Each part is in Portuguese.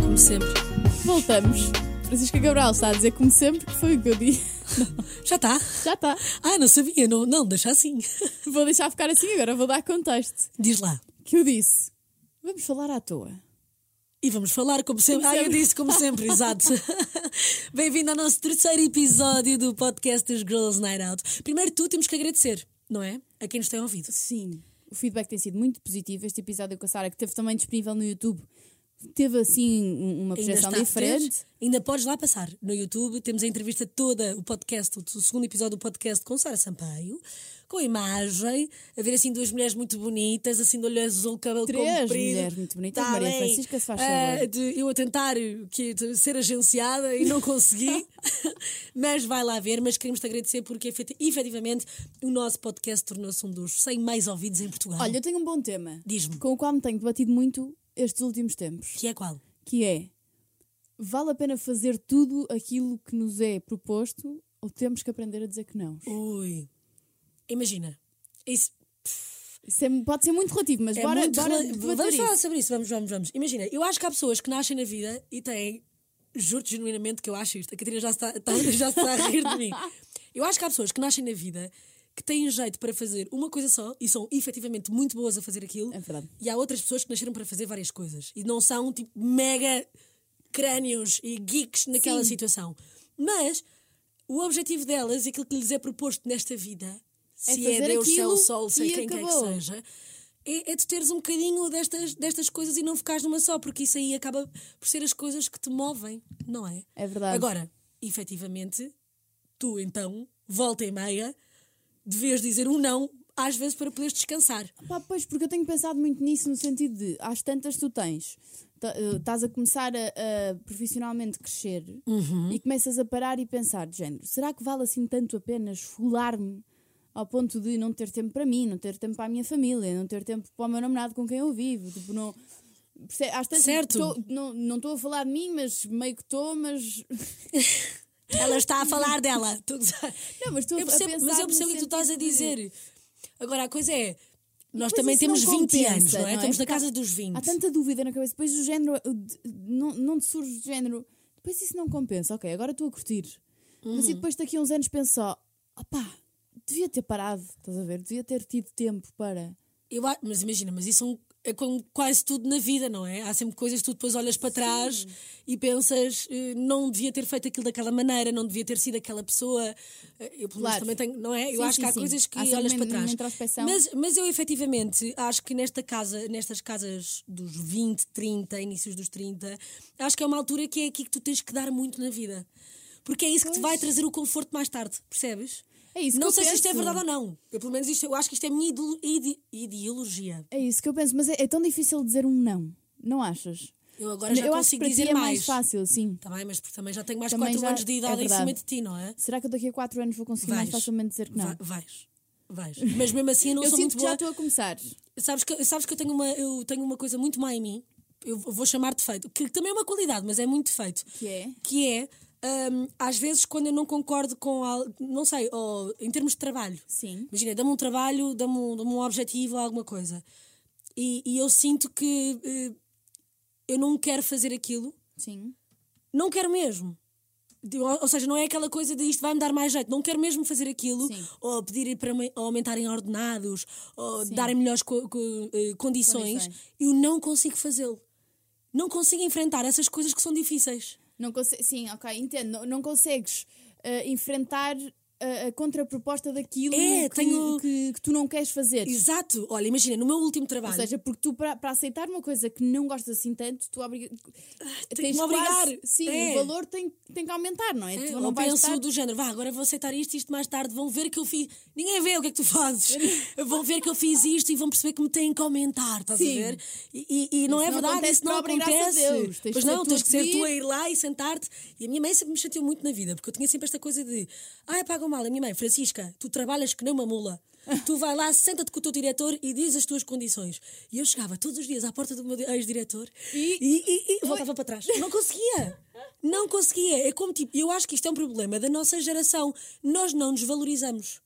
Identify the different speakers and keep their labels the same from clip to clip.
Speaker 1: Como sempre. Voltamos. Francisca Cabral está a dizer como sempre que foi o que eu disse.
Speaker 2: Já está?
Speaker 1: Já está.
Speaker 2: Ah, não sabia. Não, não, deixa assim.
Speaker 1: Vou deixar ficar assim agora, vou dar contexto.
Speaker 2: Diz lá.
Speaker 1: Que eu disse: vamos falar à toa.
Speaker 2: E vamos falar como sempre.
Speaker 1: Como
Speaker 2: ah, eu
Speaker 1: sempre.
Speaker 2: disse como sempre, exato. Bem-vindo ao nosso terceiro episódio do podcast dos Girls Night Out. Primeiro, tu temos que agradecer, não é? A quem nos tem ouvido.
Speaker 1: Sim. O feedback tem sido muito positivo. Este episódio com a Sara, que teve também disponível no YouTube, teve assim um- uma projeção
Speaker 2: a ter.
Speaker 1: diferente.
Speaker 2: Ainda podes lá passar no YouTube. Temos a entrevista toda, o podcast, o segundo episódio do podcast com Sara Sampaio, com a imagem, a ver assim duas mulheres muito bonitas, assim de olho azul, cabelo
Speaker 1: Três
Speaker 2: comprido. Tá
Speaker 1: mulheres muito bonitas, Maria
Speaker 2: bem.
Speaker 1: Francisca, se faz
Speaker 2: Ah,
Speaker 1: favor.
Speaker 2: de- eu a tentar que, de ser agenciada e não consegui, mas vai lá ver. Mas queremos te agradecer porque efet- efetivamente o nosso podcast tornou-se um dos 100 mais ouvidos em Portugal.
Speaker 1: Olha, eu tenho um bom tema.
Speaker 2: Ah. Diz-me.
Speaker 1: Com o qual me tenho debatido muito estes últimos tempos.
Speaker 2: Que é qual?
Speaker 1: que é vale a pena fazer tudo aquilo que nos é proposto ou temos que aprender a dizer que não?
Speaker 2: Ui, imagina. Isso,
Speaker 1: Isso é- pode ser muito relativo, mas
Speaker 2: É
Speaker 1: bora,
Speaker 2: muito
Speaker 1: bora
Speaker 2: rela-
Speaker 1: debater
Speaker 2: vamos
Speaker 1: isso.
Speaker 2: falar sobre isso, vamos, vamos, vamos. Imagina, eu acho que há pessoas que nascem na vida e têm, juro-te genuinamente que eu acho isto, a Catarina já se está, está- já se está a rir de mim. Eu acho que há pessoas que nascem na vida que têm um jeito para fazer uma coisa só e são efetivamente muito boas a fazer aquilo.
Speaker 1: É verdade.
Speaker 2: E há outras pessoas que nasceram para fazer várias coisas e não são tipo mega crânios e geeks naquela
Speaker 1: Sim.
Speaker 2: situação. Mas o objetivo delas e aquilo que lhes é proposto nesta vida, se é
Speaker 1: fazer
Speaker 2: Deus, céu,
Speaker 1: aquilo
Speaker 2: sol, sei
Speaker 1: e
Speaker 2: quem quer que
Speaker 1: acabou.
Speaker 2: seja seja, é, é tu teres um bocadinho destas, destas coisas e não ficares numa só, porque isso aí acaba por ser as coisas que te movem, não é?
Speaker 1: É verdade.
Speaker 2: Agora, efetivamente, tu então, volta e meia, devias dizer um não às vezes para poderes descansar.
Speaker 1: Pá, pois, porque eu tenho pensado muito nisso no sentido de às tantas tu tens. ta- eh, Estás a começar a, a profissionalmente crescer
Speaker 2: Uhum.
Speaker 1: e começas a parar e pensar, de género, será que vale assim tanto a pena esfolar-me ao ponto de não ter tempo para mim, não ter tempo para a minha família, não ter tempo para o meu namorado com quem eu vivo? Tipo, não. perce- Às tantas,
Speaker 2: Certo.
Speaker 1: tô- não não estou a falar de mim, mas meio que estou, mas.
Speaker 2: Ela está a falar dela. Tu-
Speaker 1: Não, mas estou a
Speaker 2: eu percebo,
Speaker 1: pensar
Speaker 2: mas eu
Speaker 1: no
Speaker 2: percebo o que tu estás a
Speaker 1: sentido de-
Speaker 2: dizer. Agora, a coisa é. Nós
Speaker 1: Pois
Speaker 2: também
Speaker 1: isso não
Speaker 2: temos 20
Speaker 1: compensa,
Speaker 2: anos, não é? Estamos na
Speaker 1: Porque há-
Speaker 2: casa dos 20.
Speaker 1: Há tanta dúvida na cabeça. Depois o género. uh, de- Não, não te surge de género. Depois isso não compensa. Ok, agora estou a curtir.
Speaker 2: Uhum.
Speaker 1: Mas e depois daqui a uns anos penso só. Opá, devia ter parado. Estás a ver? Devia ter tido tempo para.
Speaker 2: Eu a- mas imagina, mas isso é um- é como quase tudo na vida, não é? Há sempre coisas que tu depois olhas para trás e pensas, eh, não devia ter feito aquilo daquela maneira, não devia ter sido aquela pessoa. Eh, Eu pelo menos
Speaker 1: Claro.
Speaker 2: também tenho, não é? Eu
Speaker 1: Sim,
Speaker 2: acho
Speaker 1: sim,
Speaker 2: que há
Speaker 1: sim.
Speaker 2: coisas que
Speaker 1: Há sempre
Speaker 2: olhas
Speaker 1: uma-
Speaker 2: para
Speaker 1: uma
Speaker 2: trás.
Speaker 1: introspecção.
Speaker 2: Mas, mas eu efetivamente acho que nesta casa, nestas casas dos 20, 30, inícios dos 30, acho que é uma altura que é aqui que tu tens que dar muito na vida. Porque é isso que te vai trazer o conforto mais tarde, percebes?
Speaker 1: É isso que
Speaker 2: não
Speaker 1: eu
Speaker 2: sei se isto é
Speaker 1: penso.
Speaker 2: verdade ou não. Eu, pelo menos, isto, eu acho que isto é a minha ideo- ide- ideologia.
Speaker 1: É isso que eu penso. Mas é, é tão difícil dizer um não. Não achas?
Speaker 2: Eu agora já
Speaker 1: eu acho
Speaker 2: consigo
Speaker 1: que para
Speaker 2: dizer
Speaker 1: ti é
Speaker 2: mais.
Speaker 1: mais fácil, sim.
Speaker 2: Também, Tá mas porque também já tenho mais
Speaker 1: Também
Speaker 2: 4
Speaker 1: já-
Speaker 2: anos de
Speaker 1: é
Speaker 2: idade em cima
Speaker 1: verdade.
Speaker 2: de ti, não é?
Speaker 1: Será que eu daqui a 4 anos vou conseguir mais facilmente dizer que não?
Speaker 2: vai- vais. Vais. Mas mesmo assim eu não
Speaker 1: eu
Speaker 2: sou
Speaker 1: sinto
Speaker 2: muito
Speaker 1: que já
Speaker 2: boa.
Speaker 1: estou a começar.
Speaker 2: Sabes que, sabes que eu, tenho uma, eu tenho uma coisa muito má em mim, eu vou chamar de defeito, que também é uma qualidade, mas é muito defeito.
Speaker 1: Que é?
Speaker 2: Que é, hum, às vezes, quando eu não concordo com algo, não sei, ou em termos de trabalho.
Speaker 1: Sim.
Speaker 2: Imagina, dá-me um trabalho, dá-me um, dá-me um objetivo ou alguma coisa. E, e eu sinto que eh, eu não quero fazer aquilo
Speaker 1: Sim.
Speaker 2: não quero mesmo. De- Ou, ou seja, não é aquela coisa de isto vai-me dar mais jeito, não quero mesmo fazer aquilo,
Speaker 1: Sim.
Speaker 2: ou pedir para me- ou aumentarem ordenados, ou
Speaker 1: Sim.
Speaker 2: darem melhores co- co- eh, condições,
Speaker 1: Condições.
Speaker 2: eu não consigo fazê-lo. Não consigo enfrentar essas coisas que são difíceis.
Speaker 1: Não conse- sim, ok, entendo. Não, não consegues eh, enfrentar a, a contraproposta daquilo
Speaker 2: É,
Speaker 1: que,
Speaker 2: tenho-
Speaker 1: que, que tu não queres fazer.
Speaker 2: Exato. Olha, imagina, no meu último
Speaker 1: Ou
Speaker 2: trabalho.
Speaker 1: seja, porque tu, para para aceitar uma coisa que não gostas assim tanto, tu obriga...
Speaker 2: Ah, que me obrigar.
Speaker 1: quase- Sim,
Speaker 2: É.
Speaker 1: o valor tem, tem que aumentar, não é?
Speaker 2: É,
Speaker 1: tu
Speaker 2: ou
Speaker 1: não vais
Speaker 2: penso
Speaker 1: estar...
Speaker 2: do género, vá, agora vou aceitar isto, isto mais tarde, vão ver que eu fiz. Ninguém vê o que é que tu fazes. vão ver que eu fiz isto e vão perceber que me têm que aumentar, estás
Speaker 1: Sim.
Speaker 2: a ver? E, e- e não
Speaker 1: Isso
Speaker 2: é
Speaker 1: não
Speaker 2: verdade,
Speaker 1: acontece
Speaker 2: isso não
Speaker 1: próprio, graças
Speaker 2: acontece.
Speaker 1: a Deus. Tens
Speaker 2: pois
Speaker 1: de ser
Speaker 2: não,
Speaker 1: tu
Speaker 2: tens
Speaker 1: a
Speaker 2: que ser tu a
Speaker 1: pedir.
Speaker 2: ir lá e sentar-te. E a minha mãe sempre me chateou muito na vida, porque eu tinha sempre esta coisa de, ai, pagam mal. A minha mãe, Francisca, tu trabalhas que nem uma mula. Tu vai lá, senta-te com o teu diretor e diz as tuas condições. E eu chegava todos os dias à porta do meu ex-diretor
Speaker 1: E-
Speaker 2: e, e- e voltava para trás. Não conseguia. Não conseguia. É como tipo, eu acho que isto é um problema da nossa geração. Nós não nos valorizamos.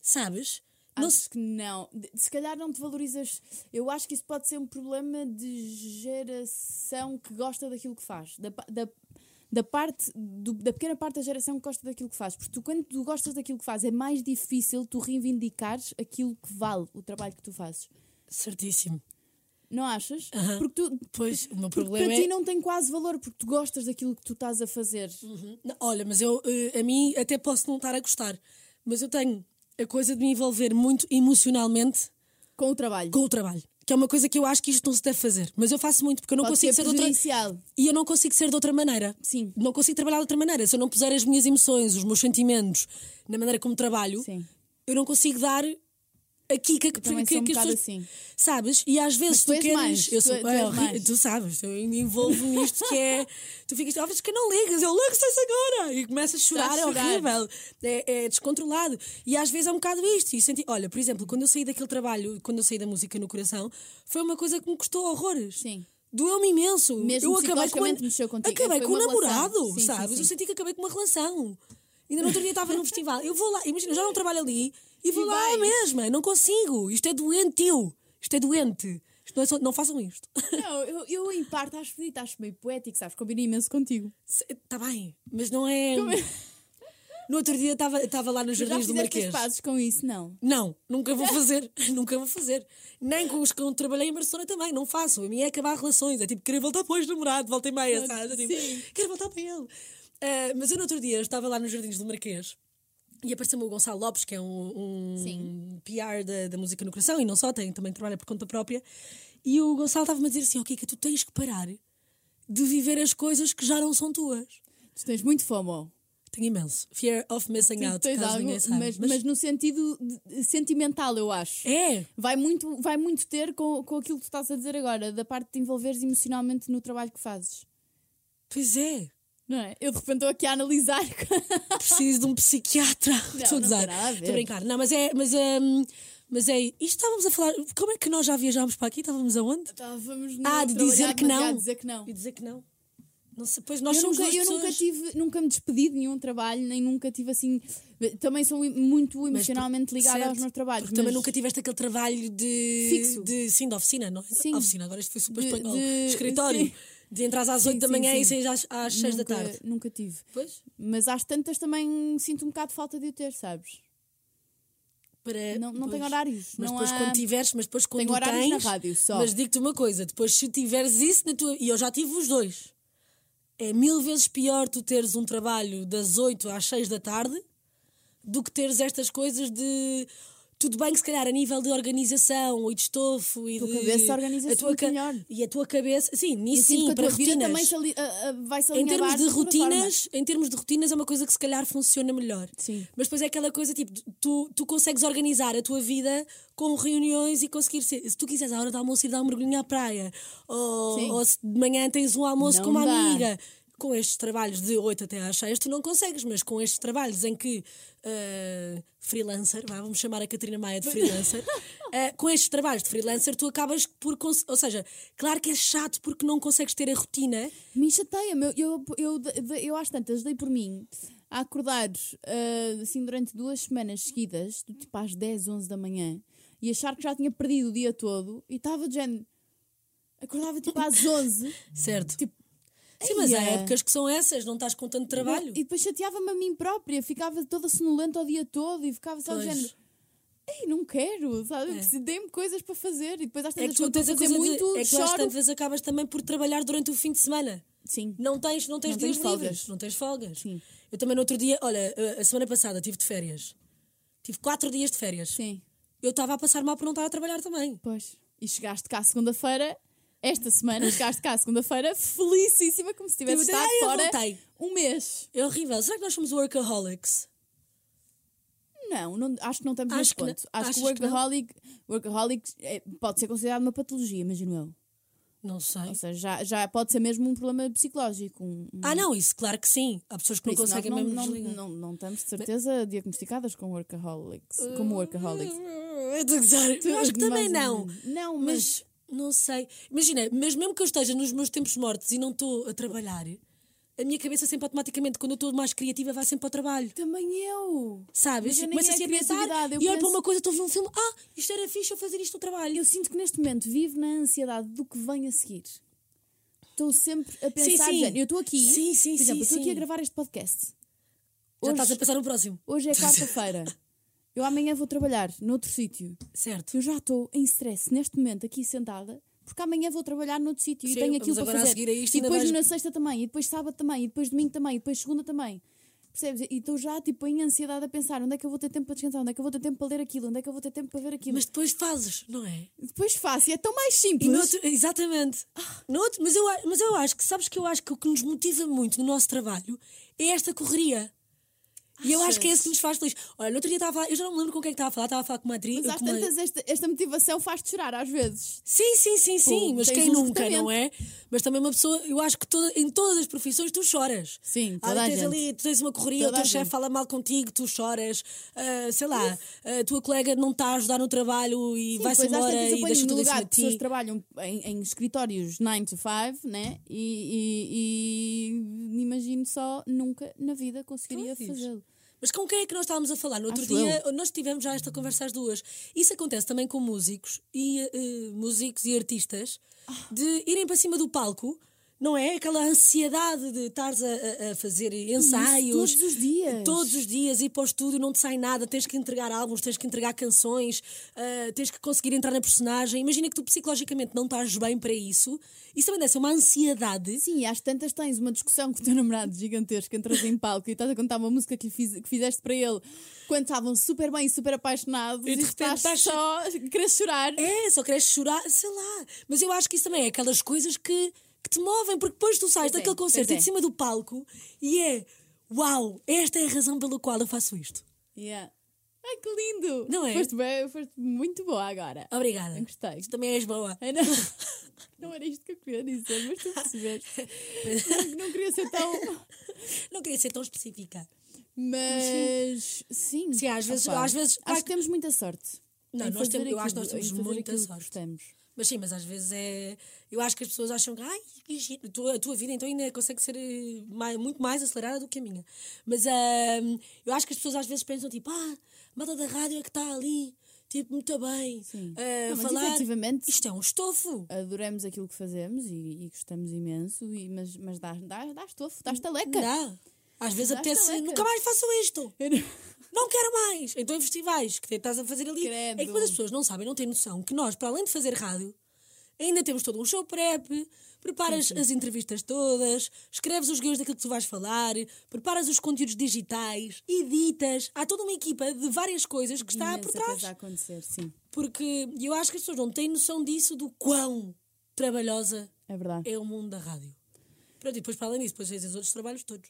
Speaker 2: Sabes? Não
Speaker 1: Acho
Speaker 2: se-
Speaker 1: que não. De- Se calhar não te valorizas. Eu acho que isso pode ser um problema de geração que gosta daquilo que faz. Da, pa- da, da parte do- da pequena parte da geração que gosta daquilo que faz. Porque tu, quando tu gostas daquilo que faz, é mais difícil tu reivindicares aquilo que vale o trabalho que tu fazes.
Speaker 2: Certíssimo.
Speaker 1: Não achas?
Speaker 2: Aham.
Speaker 1: Porque tu.
Speaker 2: Pois, o meu
Speaker 1: porque
Speaker 2: problema
Speaker 1: para
Speaker 2: é.
Speaker 1: ti não tem quase valor porque tu gostas daquilo que tu estás a fazer.
Speaker 2: Uhum. Não, Olha, mas eu, eh, a mim, até posso não estar a gostar, mas eu tenho a coisa de me envolver muito emocionalmente
Speaker 1: Com o trabalho.
Speaker 2: com o trabalho, que é uma coisa que eu acho que isto não se deve fazer, mas eu faço muito porque eu não
Speaker 1: Pode
Speaker 2: consigo
Speaker 1: ser
Speaker 2: ser de outra
Speaker 1: prejudicial.
Speaker 2: e eu não consigo ser de outra maneira.
Speaker 1: Sim.
Speaker 2: Não consigo trabalhar de outra maneira. Se eu não puser as minhas emoções, os meus sentimentos na maneira como trabalho,
Speaker 1: Sim.
Speaker 2: eu não consigo dar a quica que,
Speaker 1: também
Speaker 2: que,
Speaker 1: sou um
Speaker 2: que as
Speaker 1: bocado
Speaker 2: pessoas-
Speaker 1: assim.
Speaker 2: Sabes? E às vezes
Speaker 1: Mas tu és
Speaker 2: queres.
Speaker 1: mais,
Speaker 2: eu
Speaker 1: tu-
Speaker 2: sou,
Speaker 1: tu
Speaker 2: é
Speaker 1: és
Speaker 2: horrível.
Speaker 1: mais.
Speaker 2: Tu sabes, eu me envolvo nisto que é. Tu ficas, ah, mas que não ligas, eu ligo-se agora! E começas a chorar,
Speaker 1: Estás a
Speaker 2: é
Speaker 1: chorar.
Speaker 2: horrível, é, é descontrolado. E às vezes é um bocado isto. E senti, olha, por exemplo, quando eu saí daquele trabalho, quando eu saí da música no coração, foi uma coisa que me custou horrores.
Speaker 1: Sim.
Speaker 2: Doeu-me imenso.
Speaker 1: Mesmo
Speaker 2: eu acabei com,
Speaker 1: psicologicamente mexeu contigo.
Speaker 2: acabei
Speaker 1: Foi
Speaker 2: com o
Speaker 1: uma relação.
Speaker 2: namorado,
Speaker 1: Sim, sim,
Speaker 2: sabes?
Speaker 1: sim.
Speaker 2: Eu senti que acabei com uma relação. Ainda no outro dia estava num festival. Eu vou lá, imagina, eu já não trabalho ali e vou
Speaker 1: E
Speaker 2: lá à
Speaker 1: vais.
Speaker 2: mesma. Não consigo. Isto é doentio. Isto é doente. Isto não, é só- não façam isto.
Speaker 1: Não, eu, eu em parte acho bonito, acho meio poético, sabes? Combina imenso contigo.
Speaker 2: Está Tá bem, mas não é. No outro dia estava estava lá nos
Speaker 1: Tu já
Speaker 2: Jardins do
Speaker 1: fizeste as
Speaker 2: Marquês.
Speaker 1: pazes com isso, não?
Speaker 2: Não, nunca vou fazer. nunca vou fazer. Nem com os que eu trabalhei em Barcelona também, não faço. A minha é acabar relações. É tipo, querer voltar para o ex-namorado, volta e meia, sabe? É tipo, quero voltar para ele. Ah, mas eu no outro dia estava lá nos Jardins do Marquês e apareceu-me o Gonçalo Lopes, que é um, um
Speaker 1: Sim.
Speaker 2: PR da, da música no coração e não só, tem, também trabalha por conta própria. E o Gonçalo estava-me a dizer assim: ó, Kika, tu tens que parar de viver as coisas que já não são tuas.
Speaker 1: Tu tens muito fomo.
Speaker 2: Tenho imenso. Fear of missing out,
Speaker 1: tens
Speaker 2: caso
Speaker 1: algo,
Speaker 2: ninguém saiba.
Speaker 1: mas, mas no sentido de- sentimental, eu acho.
Speaker 2: É!
Speaker 1: Vai muito, vai muito ter com, com aquilo que tu estás a dizer agora, da parte de te envolveres emocionalmente no trabalho que fazes.
Speaker 2: Pois é!
Speaker 1: Não é? Eu de repente estou aqui a analisar.
Speaker 2: preciso de um psiquiatra. Estou a
Speaker 1: não
Speaker 2: gozar.
Speaker 1: tem nada a ver.
Speaker 2: Estou a brincar. Não, mas é. Mas, hum, mas é. Isto estávamos a falar. Como é que nós já viajámos para aqui? Estávamos aonde?
Speaker 1: Estávamos
Speaker 2: Ah, de dizer que não.
Speaker 1: A dizer que não.
Speaker 2: E dizer que não. Não sei, pois nós
Speaker 1: eu
Speaker 2: somos
Speaker 1: nunca,
Speaker 2: duas
Speaker 1: eu nunca
Speaker 2: pessoas.
Speaker 1: tive, nunca me despedi de nenhum trabalho, nem nunca tive assim. Também sou muito
Speaker 2: Mas,
Speaker 1: emocionalmente ligada
Speaker 2: certo,
Speaker 1: aos meus trabalhos.
Speaker 2: Porque também
Speaker 1: mas-
Speaker 2: nunca tiveste aquele trabalho de.
Speaker 1: Fixo.
Speaker 2: De, sim, de oficina, não é?
Speaker 1: Sim.
Speaker 2: Oficina, agora isto foi super
Speaker 1: De-
Speaker 2: espanhol.
Speaker 1: de-
Speaker 2: Escritório.
Speaker 1: sim.
Speaker 2: De entrar às 8 da
Speaker 1: sim,
Speaker 2: manhã
Speaker 1: sim.
Speaker 2: e sair às, às 6 da
Speaker 1: nunca,
Speaker 2: tarde.
Speaker 1: Nunca tive.
Speaker 2: Pois?
Speaker 1: Mas às tantas também sinto um bocado de falta de o ter, sabes?
Speaker 2: para-
Speaker 1: Não- não tem horários,
Speaker 2: Mas
Speaker 1: não
Speaker 2: depois
Speaker 1: há-
Speaker 2: quando tiveres, mas depois quando
Speaker 1: Tenho
Speaker 2: tu
Speaker 1: horários
Speaker 2: tens.
Speaker 1: na rádio só.
Speaker 2: Mas digo-te uma coisa: depois se tiveres isso na tua. E eu já tive os dois. É mil vezes pior tu teres um trabalho das 8 às 6 da tarde do que teres estas coisas de. Tudo bem que se calhar a nível de organização e de estofo e
Speaker 1: Tua
Speaker 2: de.
Speaker 1: cabeça organiza-se
Speaker 2: a tua
Speaker 1: muito melhor.
Speaker 2: E a tua cabeça. Sim,
Speaker 1: E
Speaker 2: nisso
Speaker 1: sinto
Speaker 2: sim,
Speaker 1: que a
Speaker 2: para
Speaker 1: tua vida
Speaker 2: rotinas.
Speaker 1: também se ali- a- a- vai se
Speaker 2: Em termos
Speaker 1: alinhavar
Speaker 2: de
Speaker 1: outra forma.
Speaker 2: rotinas, em termos de rotinas é uma coisa que se calhar funciona melhor.
Speaker 1: Sim.
Speaker 2: Mas depois é aquela coisa tipo, tu, tu consegues organizar a tua vida com reuniões e conseguir ser, se tu quiseres à hora do almoço ir dar um mergulho à praia,
Speaker 1: Sim.
Speaker 2: ou, ou se de manhã tens um almoço
Speaker 1: Não
Speaker 2: com uma
Speaker 1: dá.
Speaker 2: amiga. Com estes trabalhos de 8 até às 6, tu não consegues, mas com estes trabalhos em que ah, freelancer, vá, vamos chamar a Catarina Maia de freelancer, ah, com estes trabalhos de freelancer, tu acabas por. cons- Ou seja, claro que é chato porque não consegues ter a rotina,
Speaker 1: Me chateia, meu, eu, eu, eu, eu às tantas dei por mim a acordar ah, assim durante duas semanas seguidas, do tipo às 10, 11 da manhã, e achar que já tinha perdido o dia todo e estava de género. Acordava tipo às 11
Speaker 2: certo? Sim, mas é há
Speaker 1: Eia.
Speaker 2: épocas que são essas, não estás com tanto trabalho.
Speaker 1: e depois chateava-me a mim própria, ficava toda sonolenta o dia todo e ficava só de
Speaker 2: Pois.
Speaker 1: género. Ei, não quero,
Speaker 2: É.
Speaker 1: sabe? É. Dê-me coisas para fazer e depois às
Speaker 2: É
Speaker 1: tantas
Speaker 2: que
Speaker 1: quando
Speaker 2: tu tens
Speaker 1: estou
Speaker 2: a
Speaker 1: a fazer
Speaker 2: coisa
Speaker 1: muito,
Speaker 2: de, é que tu às
Speaker 1: choro.
Speaker 2: tantas acabas também por trabalhar durante o fim de semana.
Speaker 1: Sim.
Speaker 2: Não tens, não tens
Speaker 1: Não
Speaker 2: dias
Speaker 1: tens folgas.
Speaker 2: livres, não tens folgas.
Speaker 1: Sim.
Speaker 2: Eu também no outro dia, olha, a- a semana passada tive de férias. Tive quatro dias de férias.
Speaker 1: Sim,
Speaker 2: Eu estava a passar mal por não estar a trabalhar também.
Speaker 1: pois. E chegaste cá segunda-feira, esta semana, chegaste cá segunda-feira, felicíssima, como se tivesse
Speaker 2: Tipo,
Speaker 1: estado
Speaker 2: "Ai, eu
Speaker 1: fora
Speaker 2: voltei."
Speaker 1: um mês.
Speaker 2: É horrível. Será que nós somos workaholics?
Speaker 1: Não, não- acho que não estamos
Speaker 2: Acho
Speaker 1: nesse
Speaker 2: que não-
Speaker 1: ponto. Acho que o
Speaker 2: achas que não?
Speaker 1: workaholic, workaholic é- pode ser considerado uma patologia, imagino eu.
Speaker 2: Não sei.
Speaker 1: Ou seja, já, já pode ser mesmo um problema psicológico. Um, um-
Speaker 2: Ah, não, isso, claro que sim. Há pessoas que
Speaker 1: por
Speaker 2: não
Speaker 1: isso
Speaker 2: conseguem
Speaker 1: nós
Speaker 2: mesmo
Speaker 1: não,
Speaker 2: desligar.
Speaker 1: não, não, não estamos de certeza diagnosticadas com workaholics. Como workaholics.
Speaker 2: Eu estou a gozar. Eu acho que
Speaker 1: mais
Speaker 2: também
Speaker 1: ou
Speaker 2: não.
Speaker 1: menos. Não,
Speaker 2: Mas não sei. Imagina, mas mesmo que eu esteja nos meus tempos mortos e não estou a trabalhar, a minha cabeça sempre automaticamente, quando eu estou mais criativa, vai sempre ao trabalho.
Speaker 1: Também eu.
Speaker 2: Sabes?
Speaker 1: Mas eu nem
Speaker 2: Começo
Speaker 1: é
Speaker 2: assim a pensar
Speaker 1: criatividade,
Speaker 2: e
Speaker 1: eu
Speaker 2: olho para
Speaker 1: penso-
Speaker 2: uma coisa, estou a ver um filme, ah, isto era fixe eu fazer isto no trabalho.
Speaker 1: Eu sinto que neste momento vivo na ansiedade do que vem a seguir. Estou sempre a pensar.
Speaker 2: sim.
Speaker 1: gente, Eu estou aqui.
Speaker 2: Sim, sim,
Speaker 1: por exemplo,
Speaker 2: sim,
Speaker 1: eu estou aqui
Speaker 2: sim.
Speaker 1: a gravar este podcast.
Speaker 2: Já
Speaker 1: Hoje-
Speaker 2: estás a pensar no próximo.
Speaker 1: Hoje é quarta-feira. Eu amanhã vou trabalhar noutro sítio.
Speaker 2: Certo.
Speaker 1: Eu já estou em stress neste momento aqui sentada. Porque amanhã vou trabalhar noutro sítio e
Speaker 2: Sim,
Speaker 1: tenho aquilo
Speaker 2: vamos agora
Speaker 1: para
Speaker 2: a
Speaker 1: fazer.
Speaker 2: seguir a isto
Speaker 1: e
Speaker 2: ainda
Speaker 1: depois
Speaker 2: vais-
Speaker 1: na sexta também, e depois sábado também, e depois domingo também, e depois segunda também. Percebes? E estou já tipo em ansiedade a pensar onde é que eu vou ter tempo para descansar, onde é que eu vou ter tempo para ler aquilo, onde é que eu vou ter tempo para ver aquilo.
Speaker 2: Mas depois fazes, não é?
Speaker 1: Depois faço, e é tão mais
Speaker 2: E
Speaker 1: simples.
Speaker 2: no outro- exatamente. Ah. No outro- mas, eu, a- mas eu acho que, sabes que eu acho que o que nos motiva muito no nosso trabalho é esta correria. E eu acho que é isso que nos faz feliz. Olha, no outro dia estava a falar, eu já não me lembro com quem é que estava a falar, estava a falar com uma atriz.
Speaker 1: Mas às
Speaker 2: com uma-
Speaker 1: tantas esta, esta motivação faz-te chorar às vezes.
Speaker 2: Sim, sim, sim, sim,
Speaker 1: Pô,
Speaker 2: mas
Speaker 1: tens
Speaker 2: quem
Speaker 1: um
Speaker 2: nunca, não é? Mas também uma pessoa, eu acho que toda- em todas as profissões tu choras.
Speaker 1: Sim,
Speaker 2: Ah,
Speaker 1: toda a
Speaker 2: tens
Speaker 1: gente.
Speaker 2: ali, tu tens uma correria,
Speaker 1: Toda
Speaker 2: o
Speaker 1: a
Speaker 2: teu chefe
Speaker 1: gente.
Speaker 2: fala mal contigo, tu choras, Ah, sei lá, a tua colega não está a ajudar no trabalho e
Speaker 1: Sim,
Speaker 2: vai-se
Speaker 1: depois às
Speaker 2: embora
Speaker 1: tantas
Speaker 2: e deixa
Speaker 1: apanho no
Speaker 2: tudo em
Speaker 1: lugar
Speaker 2: cima de
Speaker 1: de pessoas
Speaker 2: ti.
Speaker 1: que trabalham em, em escritórios 9 to 5, né? E, e, e imagino só nunca na vida conseguiria
Speaker 2: Pois.
Speaker 1: fazê-lo.
Speaker 2: Mas com quem é que nós estávamos a falar? No outro
Speaker 1: Acho
Speaker 2: dia, nós tivemos já esta conversa às duas. Isso acontece também com músicos e eh, músicos e artistas
Speaker 1: Ah.
Speaker 2: de irem para cima do palco, não é? Aquela ansiedade de estares a, a- a fazer ensaios.
Speaker 1: todos os dias.
Speaker 2: Todos os dias, ir para o estúdio, não te sai nada, tens que entregar álbuns, tens que entregar canções, ah, tens que conseguir entrar na personagem. Imagina que tu psicologicamente não estás bem para isso. Isso também deve ser uma ansiedade.
Speaker 1: Sim, e às tantas tens uma discussão com o teu namorado gigantesca, entras em palco e estás a contar uma música que, lhe fiz- que fizeste para ele quando estavam super bem e super apaixonados
Speaker 2: E
Speaker 1: e,
Speaker 2: de repente
Speaker 1: estás
Speaker 2: estás-
Speaker 1: só a querer chorar.
Speaker 2: É, só queres chorar, sei lá. Mas eu acho que isso também é aquelas coisas que, que te movem, porque depois tu sais
Speaker 1: Pois é,
Speaker 2: daquele concerto
Speaker 1: pois é.
Speaker 2: e de cima do palco e é uau, esta é a razão pela qual eu faço isto.
Speaker 1: Yeah. Ai, que lindo!
Speaker 2: Não é? Ah.
Speaker 1: Foste, bem, foste muito boa agora.
Speaker 2: Obrigada.
Speaker 1: Eu gostei.
Speaker 2: Tu também és boa.
Speaker 1: Ai, não. não era isto que eu queria dizer, mas tu percebeste. Não, não queria ser tão.
Speaker 2: Não queria ser tão específica.
Speaker 1: Mas. Sim.
Speaker 2: Sim, às vezes-
Speaker 1: Opa,
Speaker 2: às vezes-
Speaker 1: Acho que temos muita sorte.
Speaker 2: Não,
Speaker 1: em
Speaker 2: nós
Speaker 1: fazer
Speaker 2: temos- eu acho que nós
Speaker 1: aquilo- em
Speaker 2: temos
Speaker 1: fazer
Speaker 2: muita
Speaker 1: aquilo que
Speaker 2: sorte.
Speaker 1: gostamos.
Speaker 2: Mas sim, mas às vezes é. Eu acho que as pessoas acham que ai, que giro, a tua- a tua vida então ainda consegue ser eh, mai- muito mais acelerada do que a minha. Mas ahm, eu acho que as pessoas às vezes pensam tipo, ah, malta da rádio é que está ali, tipo, muito bem.
Speaker 1: Sim.
Speaker 2: eh,
Speaker 1: Não, mas
Speaker 2: falar.
Speaker 1: efetivamente-
Speaker 2: Isto é um estofo.
Speaker 1: Adoramos aquilo que fazemos e, e gostamos imenso, e, mas, mas dá, dá, dá estofo, dá estaleca.
Speaker 2: Dá. Às vezes
Speaker 1: Dá
Speaker 2: apetece,
Speaker 1: estaleca.
Speaker 2: nunca mais faço isto.
Speaker 1: Eu não-
Speaker 2: Não quero mais. Então em festivais que estás a fazer ali. É que
Speaker 1: Credo.
Speaker 2: depois as pessoas não sabem, não têm noção que nós, para além de fazer rádio, ainda temos todo um show prep, preparas
Speaker 1: Uhum.
Speaker 2: as entrevistas todas, escreves os guiões daquilo que tu vais falar, preparas os conteúdos digitais, editas. Há toda uma equipa de várias coisas que está por
Speaker 1: Imensa
Speaker 2: trás.
Speaker 1: coisa a acontecer, sim.
Speaker 2: Porque eu acho que as pessoas não têm noção disso, do quão trabalhosa
Speaker 1: É verdade.
Speaker 2: é o mundo da rádio. Pronto, e depois, para além disso, depois fez os outros trabalhos todos.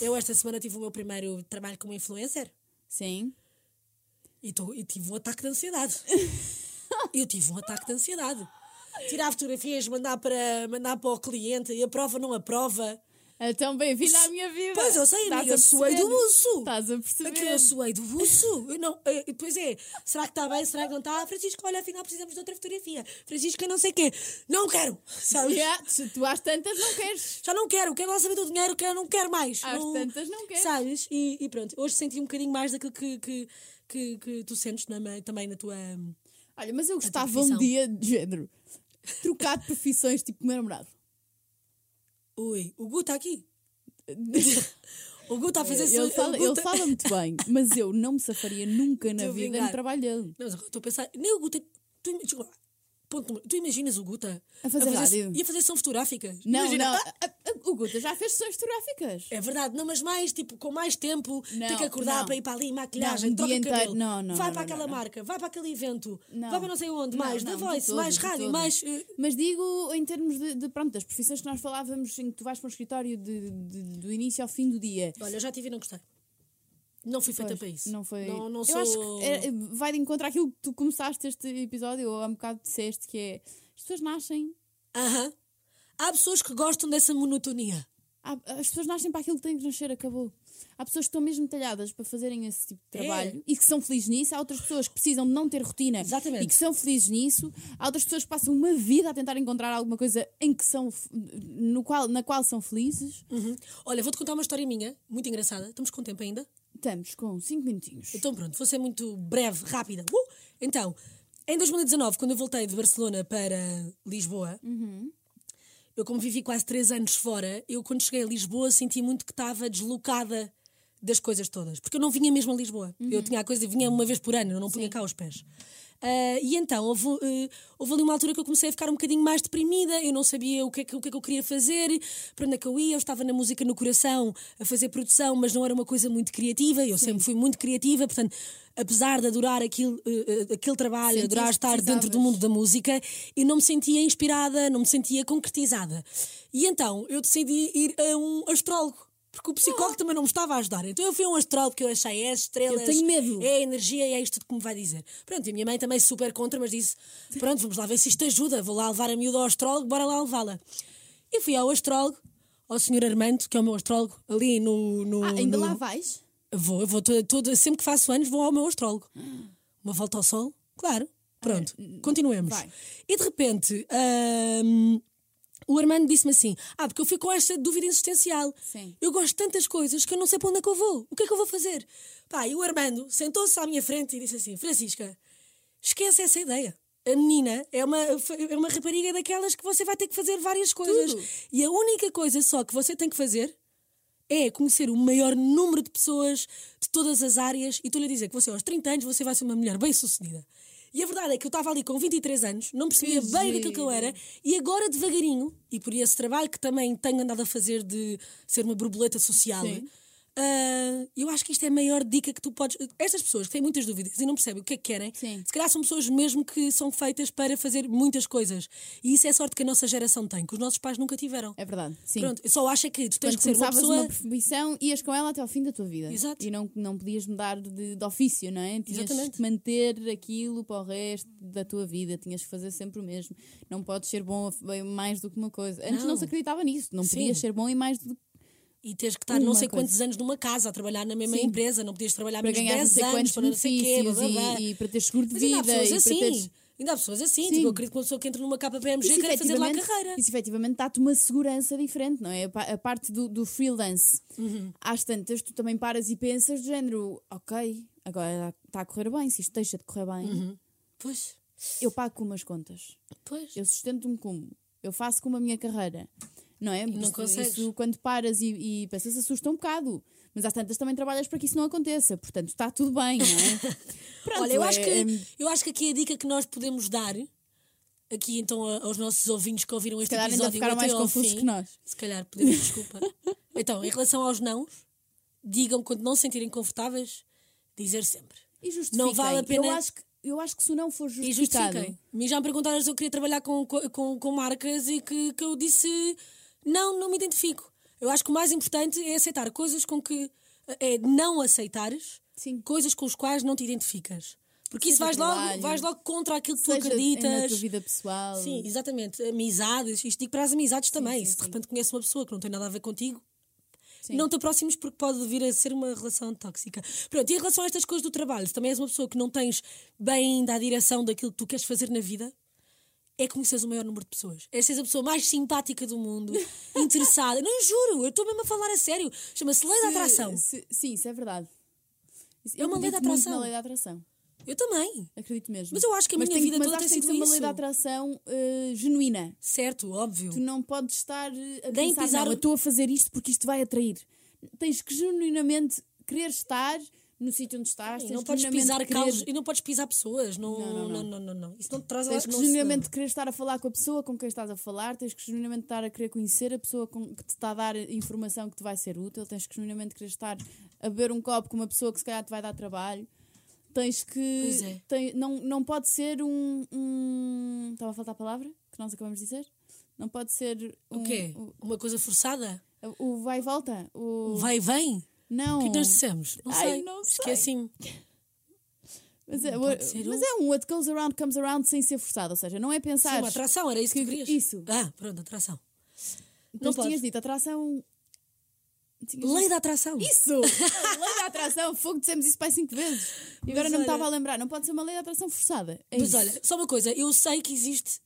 Speaker 2: Eu esta semana tive o meu primeiro trabalho como influencer
Speaker 1: Sim.
Speaker 2: e, tô- e tive um ataque de ansiedade. Eu tive um ataque de ansiedade. Tirar fotografias, mandar para, mandar para o cliente e aprova, não aprova.
Speaker 1: Então, bem-vindo à minha vida.
Speaker 2: Pois eu sei, amiga, eu
Speaker 1: Estás a
Speaker 2: suei do
Speaker 1: perceber?
Speaker 2: buço.
Speaker 1: Estás a perceber.
Speaker 2: Aquilo eu suei do buço. Eu não, eh, e depois é, será que está bem, será que não está? Francisco, olha, afinal precisamos de outra fotografia. Francisco, eu não sei o quê. Não quero, sabes?
Speaker 1: Yeah, se tu às tantas não queres.
Speaker 2: já não quero, quero lá saber do dinheiro, quero, não quero mais.
Speaker 1: Às tantas não queres.
Speaker 2: Sabes? E, e pronto, hoje senti um bocadinho mais daquilo que, que, que, que tu sentes na ma- também na tua. hum,
Speaker 1: Olha, mas eu gostava um
Speaker 2: profissão.
Speaker 1: dia de género. Trocar de profissões, tipo, meu namorado.
Speaker 2: Ui, o Gu está aqui. tá O Gu está a fazer
Speaker 1: Ele fala,
Speaker 2: o Gu
Speaker 1: ele
Speaker 2: tá-
Speaker 1: fala muito bem, mas eu não me safaria nunca na
Speaker 2: Estou a
Speaker 1: vida
Speaker 2: vingar.
Speaker 1: no trabalho dele.
Speaker 2: Não, mas agora estou a pensar. Nem o Guta. Tu, im- desculpa, ponto número- tu imaginas o Guta
Speaker 1: A fazer rádio.
Speaker 2: E a fazer sessão fotográficas?
Speaker 1: Não,
Speaker 2: Imagina,
Speaker 1: não.
Speaker 2: ah,
Speaker 1: a- a- O Guta já fez sessões fotográficas.
Speaker 2: É verdade, não, mas mais, tipo, com mais tempo,
Speaker 1: Não,
Speaker 2: tem que acordar
Speaker 1: não.
Speaker 2: para ir para ali, maquilhagem,
Speaker 1: Não, um
Speaker 2: troca
Speaker 1: dia
Speaker 2: o cabelo,
Speaker 1: inteiro, não, não,
Speaker 2: vai
Speaker 1: não,
Speaker 2: para
Speaker 1: não,
Speaker 2: aquela
Speaker 1: não.
Speaker 2: marca, vai para aquele evento,
Speaker 1: Não.
Speaker 2: vai para não sei onde,
Speaker 1: Não,
Speaker 2: mais,
Speaker 1: não,
Speaker 2: The
Speaker 1: de
Speaker 2: Voice,
Speaker 1: todo,
Speaker 2: mais
Speaker 1: de
Speaker 2: rádio,
Speaker 1: todo.
Speaker 2: mais... eh,
Speaker 1: Mas digo em termos de, de, pronto, das profissões que nós falávamos, em que tu vais para um escritório de- de- do início ao fim do dia.
Speaker 2: Olha, eu já tive e não gostei. Não fui feita
Speaker 1: Pois,
Speaker 2: para isso.
Speaker 1: Não foi.
Speaker 2: Não, não
Speaker 1: eu
Speaker 2: sou...
Speaker 1: acho que é, vai de encontrar aquilo que tu começaste este episódio, ou há um bocado disseste, que é as pessoas nascem,
Speaker 2: Aham. Há pessoas que gostam dessa monotonia.
Speaker 1: há- as pessoas nascem para aquilo que têm que nascer, acabou. Há pessoas que estão mesmo talhadas para fazerem esse tipo de
Speaker 2: É.
Speaker 1: trabalho e que são felizes nisso. Há outras pessoas que precisam de não ter rotina
Speaker 2: Exatamente.
Speaker 1: e que são felizes nisso. Há outras pessoas que passam uma vida a tentar encontrar alguma coisa em que são f- no qual, na qual são felizes.
Speaker 2: Uhum. Olha, vou-te contar uma história minha, muito engraçada. Estamos com tempo ainda?
Speaker 1: Estamos com 5 minutinhos.
Speaker 2: Então pronto, vou ser muito breve, rápida. Uh! Então, em 2019, quando eu voltei de Barcelona para Lisboa, eu como vivi quase três anos fora, eu quando cheguei a Lisboa senti muito que estava deslocada das coisas todas. Porque eu não vinha mesmo a Lisboa. Eu
Speaker 1: Uhum.
Speaker 2: tinha a coisa, vinha uma vez por ano, eu não punha cá os pés. Ah, e então, houve, eh, houve ali uma altura que eu comecei a ficar um bocadinho mais deprimida, eu não sabia o que, é que, o que é que eu queria fazer, para onde é que eu ia, eu estava na música no coração, a fazer produção, mas não era uma coisa muito criativa, eu sempre fui muito criativa, portanto, apesar de adorar aquilo, eh, eh, aquele trabalho,
Speaker 1: Sentiste
Speaker 2: adorar
Speaker 1: que
Speaker 2: estar dentro um do
Speaker 1: precisavas.
Speaker 2: mundo da música, eu não me sentia inspirada, não me sentia concretizada. E então eu decidi ir a um astrólogo. Porque o psicólogo também não me estava a ajudar. Então eu fui a um astrólogo que eu achei, é as estrelas.
Speaker 1: Ah. Eu tenho medo.
Speaker 2: É a energia e é isto que me vai dizer. Pronto, e a minha mãe também super contra, mas disse: Pronto, vamos lá ver se isto ajuda. Vou lá levar a miúda ao astrólogo, bora lá levá-la. E fui ao astrólogo, ao senhor Armando, que é o meu astrólogo, ali no. no
Speaker 1: Ah, ainda
Speaker 2: no-
Speaker 1: lá vais?
Speaker 2: Vou, eu vou todo, todo- sempre que faço anos vou ao meu astrólogo. Uma volta ao sol, claro. Pronto, continuemos.
Speaker 1: É, vai.
Speaker 2: E de repente, hum, o Armando disse-me assim: Ah, porque eu fui com esta dúvida existencial.
Speaker 1: Sim.
Speaker 2: Eu gosto de tantas coisas que eu não sei para onde é que eu vou. O que é que eu vou fazer? Pá, e o Armando sentou-se à minha frente e disse assim: Francisca, esquece essa ideia. A menina é uma, é uma rapariga daquelas que você vai ter que fazer várias coisas.
Speaker 1: Tudo.
Speaker 2: E a única coisa só que você tem que fazer é conhecer o maior número de pessoas de todas as áreas e estou-lhe a dizer que você aos 30 anos você vai ser uma mulher bem-sucedida. E a verdade é que eu estava ali com 23 anos, não percebia
Speaker 1: Que
Speaker 2: bem daquilo que eu
Speaker 1: giro.
Speaker 2: era e agora devagarinho, e por esse trabalho que também tenho andado a fazer de ser uma borboleta social,
Speaker 1: Sim.
Speaker 2: ah, eu acho que isto é a maior dica que tu podes. Estas pessoas que têm muitas dúvidas e não percebem o que é que querem,
Speaker 1: Sim.
Speaker 2: se calhar são pessoas mesmo que são feitas para fazer muitas coisas. E isso é a sorte que a nossa geração tem, que os nossos pais nunca tiveram.
Speaker 1: É verdade. Sim.
Speaker 2: Pronto, eu só acho é que tu tens
Speaker 1: Quando
Speaker 2: que ser uma
Speaker 1: começavas
Speaker 2: pessoa.
Speaker 1: uma profissão, ias com ela até ao fim da tua vida.
Speaker 2: Exato.
Speaker 1: E não, não podias mudar de, de ofício, não é? Tinhas
Speaker 2: Exatamente.
Speaker 1: que manter aquilo para o resto da tua vida, tinhas que fazer sempre o mesmo. Não podes ser bom a- em mais do que uma coisa. Antes não,
Speaker 2: Não.
Speaker 1: se acreditava nisso, não
Speaker 2: Sim.
Speaker 1: podias ser bom em mais do que
Speaker 2: E tens que estar não
Speaker 1: Uma
Speaker 2: sei quantos
Speaker 1: coisa.
Speaker 2: anos numa casa a trabalhar na mesma
Speaker 1: Sim.
Speaker 2: empresa, não podias trabalhar
Speaker 1: para
Speaker 2: menos
Speaker 1: ganhar não
Speaker 2: 10
Speaker 1: sei
Speaker 2: anos,
Speaker 1: quantos
Speaker 2: para não sei quê, blá,
Speaker 1: benefícios
Speaker 2: blá, blá.
Speaker 1: e, e para ter seguro de
Speaker 2: Mas ainda há
Speaker 1: vida.
Speaker 2: pessoas
Speaker 1: e
Speaker 2: assim.
Speaker 1: para teres...
Speaker 2: Ainda há pessoas assim.
Speaker 1: Sim.
Speaker 2: Tipo, eu acredito que uma pessoa que entra numa KPMG quer fazer lá a carreira.
Speaker 1: isso efetivamente dá-te uma segurança diferente, não é? A pa- A parte do, do freelance.
Speaker 2: Uhum.
Speaker 1: Às tantas, tu também paras e pensas do género, ok, agora está a correr bem, se isto deixa de correr bem,
Speaker 2: Uhum. Pois,
Speaker 1: eu pago com umas contas,
Speaker 2: pois.
Speaker 1: eu sustento-me como, eu faço como a minha carreira. Não é?
Speaker 2: não
Speaker 1: Isso-
Speaker 2: consegues.
Speaker 1: isso, quando paras e, e pensas, assusta um bocado. Mas às tantas também trabalhas para que isso não aconteça. Portanto, está tudo bem, não é? Pronto,
Speaker 2: Olha, eu
Speaker 1: é-
Speaker 2: acho,
Speaker 1: é-
Speaker 2: que, eu acho que aqui a dica que nós podemos dar, aqui então a- aos nossos ouvintes que ouviram este
Speaker 1: calhar ainda
Speaker 2: episódio
Speaker 1: ficaram
Speaker 2: até
Speaker 1: mais
Speaker 2: ao
Speaker 1: confusos
Speaker 2: fim,
Speaker 1: que nós.
Speaker 2: Se calhar pedimos desculpa. então, em relação aos nãos, digam quando não se sentirem confortáveis, dizer sempre.
Speaker 1: E
Speaker 2: Não vale a
Speaker 1: justifiquem.
Speaker 2: pena-
Speaker 1: Eu acho que, eu acho que se não for
Speaker 2: E
Speaker 1: justificado...
Speaker 2: justifiquei. Me já me perguntaram se eu queria trabalhar com, co- com, com marcas e que, que eu disse não, não me identifico. Eu acho que o mais importante é aceitar coisas com que. é não aceitares
Speaker 1: Sim.
Speaker 2: coisas com as quais não te identificas. Porque isso
Speaker 1: Seja
Speaker 2: vais logo,
Speaker 1: trabalho,
Speaker 2: vais logo contra aquilo que tu
Speaker 1: seja na
Speaker 2: acreditas.
Speaker 1: tua vida pessoal.
Speaker 2: Sim, exatamente. Amizades, isto digo para as amizades também.
Speaker 1: sim,
Speaker 2: se de
Speaker 1: sim.
Speaker 2: repente conheces uma pessoa que não tem nada a ver contigo,
Speaker 1: Sim.
Speaker 2: não te aproximes porque pode vir a ser uma relação tóxica. Pronto, e em relação a estas coisas do trabalho, se também és uma pessoa que não tens bem ainda a direção daquilo que tu queres fazer na vida, é conheceres o maior número de pessoas. É seres a pessoa mais simpática do mundo, interessada. Não, eu juro, eu estou mesmo a falar a sério. Chama-se lei da atração.
Speaker 1: Se- sim, isso é verdade. Isso-
Speaker 2: É
Speaker 1: eu
Speaker 2: uma lei da
Speaker 1: acredito muito
Speaker 2: atração.
Speaker 1: na lei da atração.
Speaker 2: Eu também.
Speaker 1: Acredito mesmo.
Speaker 2: Mas eu acho que a minha
Speaker 1: tem
Speaker 2: vida
Speaker 1: mas
Speaker 2: toda
Speaker 1: acho
Speaker 2: tem
Speaker 1: que que
Speaker 2: sido
Speaker 1: ser uma lei
Speaker 2: isso.
Speaker 1: da atração eh, genuína.
Speaker 2: Certo, óbvio.
Speaker 1: Tu não podes estar eh, a
Speaker 2: Nem
Speaker 1: pensar,
Speaker 2: pisar
Speaker 1: não,
Speaker 2: o-
Speaker 1: eu estou a fazer isto porque isto vai atrair. tens que genuinamente querer estar no sítio onde estás.
Speaker 2: E
Speaker 1: tens
Speaker 2: não
Speaker 1: que
Speaker 2: podes
Speaker 1: genuinamente
Speaker 2: pisar
Speaker 1: querer-
Speaker 2: calos e não podes pisar pessoas. Não, não, não.
Speaker 1: Não, não,
Speaker 2: não, não. Isso não te traz não
Speaker 1: Tens que
Speaker 2: se-
Speaker 1: genuinamente querer estar a falar com a pessoa com quem estás a falar, tens que genuinamente estar a querer conhecer a pessoa com- que te está a dar informação que te vai ser útil, tens que genuinamente querer estar a beber um copo com uma pessoa que se calhar te vai dar trabalho. Tens
Speaker 2: Pois
Speaker 1: que.
Speaker 2: é.
Speaker 1: tem- não, não pode ser um, um. Estava a faltar a palavra que nós acabamos de dizer? Não pode ser. Um,
Speaker 2: O quê?
Speaker 1: O,
Speaker 2: Uma coisa forçada?
Speaker 1: o vai e volta? O,
Speaker 2: Vai e vem?
Speaker 1: Não.
Speaker 2: O que é que nós dissemos? Um. Não
Speaker 1: Ai,
Speaker 2: sei.
Speaker 1: não sei.
Speaker 2: Esqueci-me.
Speaker 1: Mas é,
Speaker 2: pode ser
Speaker 1: mas
Speaker 2: um.
Speaker 1: é um what goes around comes around sem ser forçado, ou seja, não é
Speaker 2: Sim,
Speaker 1: pensar.
Speaker 2: uma atração, era isso que,
Speaker 1: que-
Speaker 2: tu querias?
Speaker 1: isso.
Speaker 2: Ah, pronto, atração. não
Speaker 1: Mas
Speaker 2: pode.
Speaker 1: tinhas dito atração. Tinhas
Speaker 2: Lei da atração.
Speaker 1: Isso! lei da atração, fogo, dissemos isso para cinco vezes. E agora
Speaker 2: Mas
Speaker 1: não me
Speaker 2: olha-
Speaker 1: estava a lembrar. Não pode ser uma lei da atração forçada. É
Speaker 2: Mas
Speaker 1: isso.
Speaker 2: olha, só uma coisa, eu sei que existe,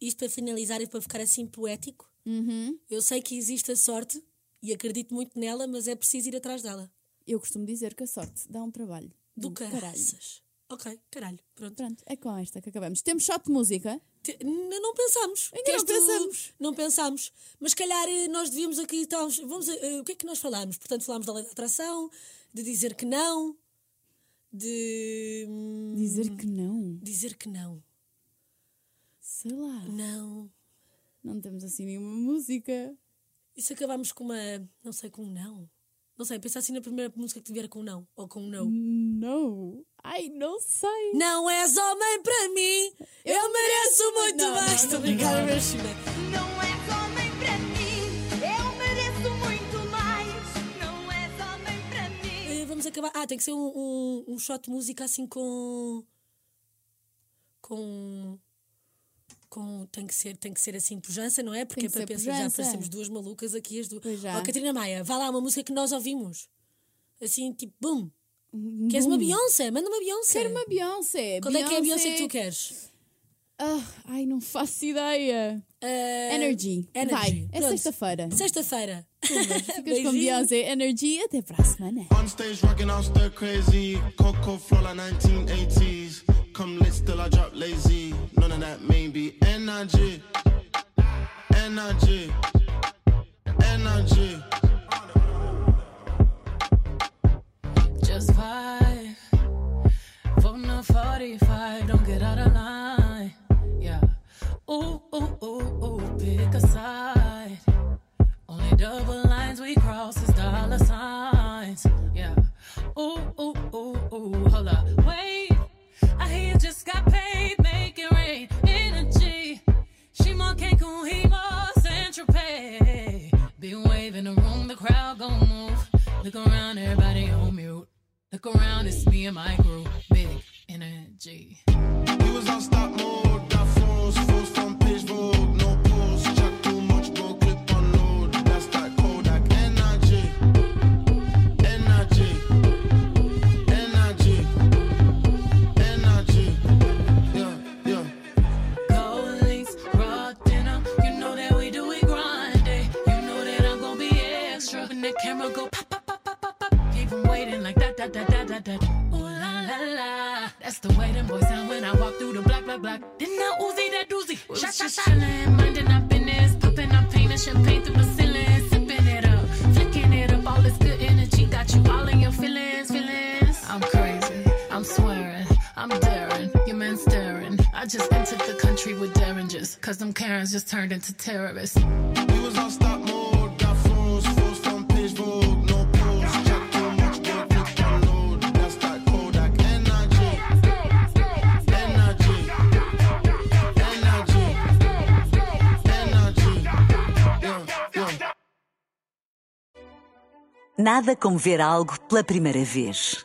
Speaker 2: isto para finalizar e para ficar assim poético, eu sei que existe a sorte e acredito muito nela, mas é preciso ir atrás dela.
Speaker 1: Eu costumo dizer que a sorte dá um trabalho.
Speaker 2: Do caraças. Ok, caralho, pronto.
Speaker 1: Pronto, é com esta que acabamos. Temos shot de música.
Speaker 2: Te- n- Não pensámos.
Speaker 1: Ainda
Speaker 2: Queres
Speaker 1: não
Speaker 2: tu-
Speaker 1: pensámos.
Speaker 2: Não pensámos. Mas se calhar eh, nós devíamos aqui. Então, vamos, a- eh, o que é que nós falámos? Portanto, falámos da lei da atração, de dizer que não, de. hum,
Speaker 1: Dizer que não.
Speaker 2: Dizer que não.
Speaker 1: Sei lá.
Speaker 2: Não.
Speaker 1: Não temos assim nenhuma música.
Speaker 2: E se acabámos com uma. Não sei, com um não? Não sei, pensar assim na primeira música que tiver com um não. Ou com um não.
Speaker 1: Não. Ai, não sei.
Speaker 2: Não és homem para mim, eu, mereço muito
Speaker 1: Não, não,
Speaker 2: mais.
Speaker 1: não,
Speaker 2: Estou a
Speaker 1: não,
Speaker 2: brincar,
Speaker 1: não.
Speaker 2: mas sim.
Speaker 3: Não és homem para mim, eu mereço muito mais. Não és homem para mim.
Speaker 2: Eh, vamos acabar. Ah, tem que ser um, um, um shot de música assim com. Com. Com, tem, que ser, tem que ser assim pujança, não é? Porque
Speaker 1: Tem
Speaker 2: é
Speaker 1: que
Speaker 2: para
Speaker 1: ser
Speaker 2: pensar, já
Speaker 1: pujança.
Speaker 2: parecemos duas malucas aqui as duas.
Speaker 1: Pois já.
Speaker 2: Ó, Catarina Maia, vá lá, uma música que nós ouvimos. Assim, tipo, bum! Queres uma Beyoncé? Manda uma Beyoncé!
Speaker 1: Quero uma Beyoncé.
Speaker 2: Qual é que é a Beyoncé que tu queres?
Speaker 1: Ah, ai, não faço ideia.
Speaker 2: Eh,
Speaker 1: Energy.
Speaker 2: Energy.
Speaker 1: Vai, é
Speaker 2: Pronto.
Speaker 1: sexta-feira.
Speaker 2: Sexta-feira.
Speaker 1: Ficas com
Speaker 2: Beijinho.
Speaker 1: Beyoncé Energy. Até para a semana.
Speaker 4: On stage rocking out stir crazy, Coco flow like 1980s. Come lit still I drop lazy, none of that maybe. Energy, energy, energy.
Speaker 5: Just vibe. Phone on 45, don't get out of line. Yeah. Ooh, ooh, ooh, ooh, pick a side. Only double lines we cross is dollar signs. Yeah. Ooh, ooh, ooh, ooh, hold up. Wait. I hear you just got paid, make it rain. Energy. She more Cancun, he more Central Pay. Been waving the room, the crowd gon' move. Look around, everybody on mute. Look around, it's me and my group. Big energy.
Speaker 4: We was on stop mode, that falls, falls from page mode, no pause, chat too much, go clip on load. That's that Kodak energy, energy, energy, energy. Yeah, yeah.
Speaker 5: Gold links, raw dinner. You know that we do it grande. You know that I'm gonna be extra. When the camera go pop, pop, pop, pop, pop, pop. Keep 'em waiting like that, that, that, that, that, that. Ooh la la la. That's the way them boys sound when I walk through the block, block, block. Then I Uzi that doozy. Shot, shot, shot. Chillin', minding our business. Popping our pain and champagne through the ceiling. Sipping it up, flicking it up. All this good energy got you all in your feelings, feelings. I'm crazy. I'm swearing. I'm daring. Your man staring. I just entered the country with derringers. Cause them Karens just turned into terrorists.
Speaker 4: We was on stop mode, got phones, phones from page vogue, no pause, check too much, go click on load. That's that Kodak energy, energy, energy, energy. Yeah, yeah.
Speaker 6: Nada como ver algo pela primeira vez.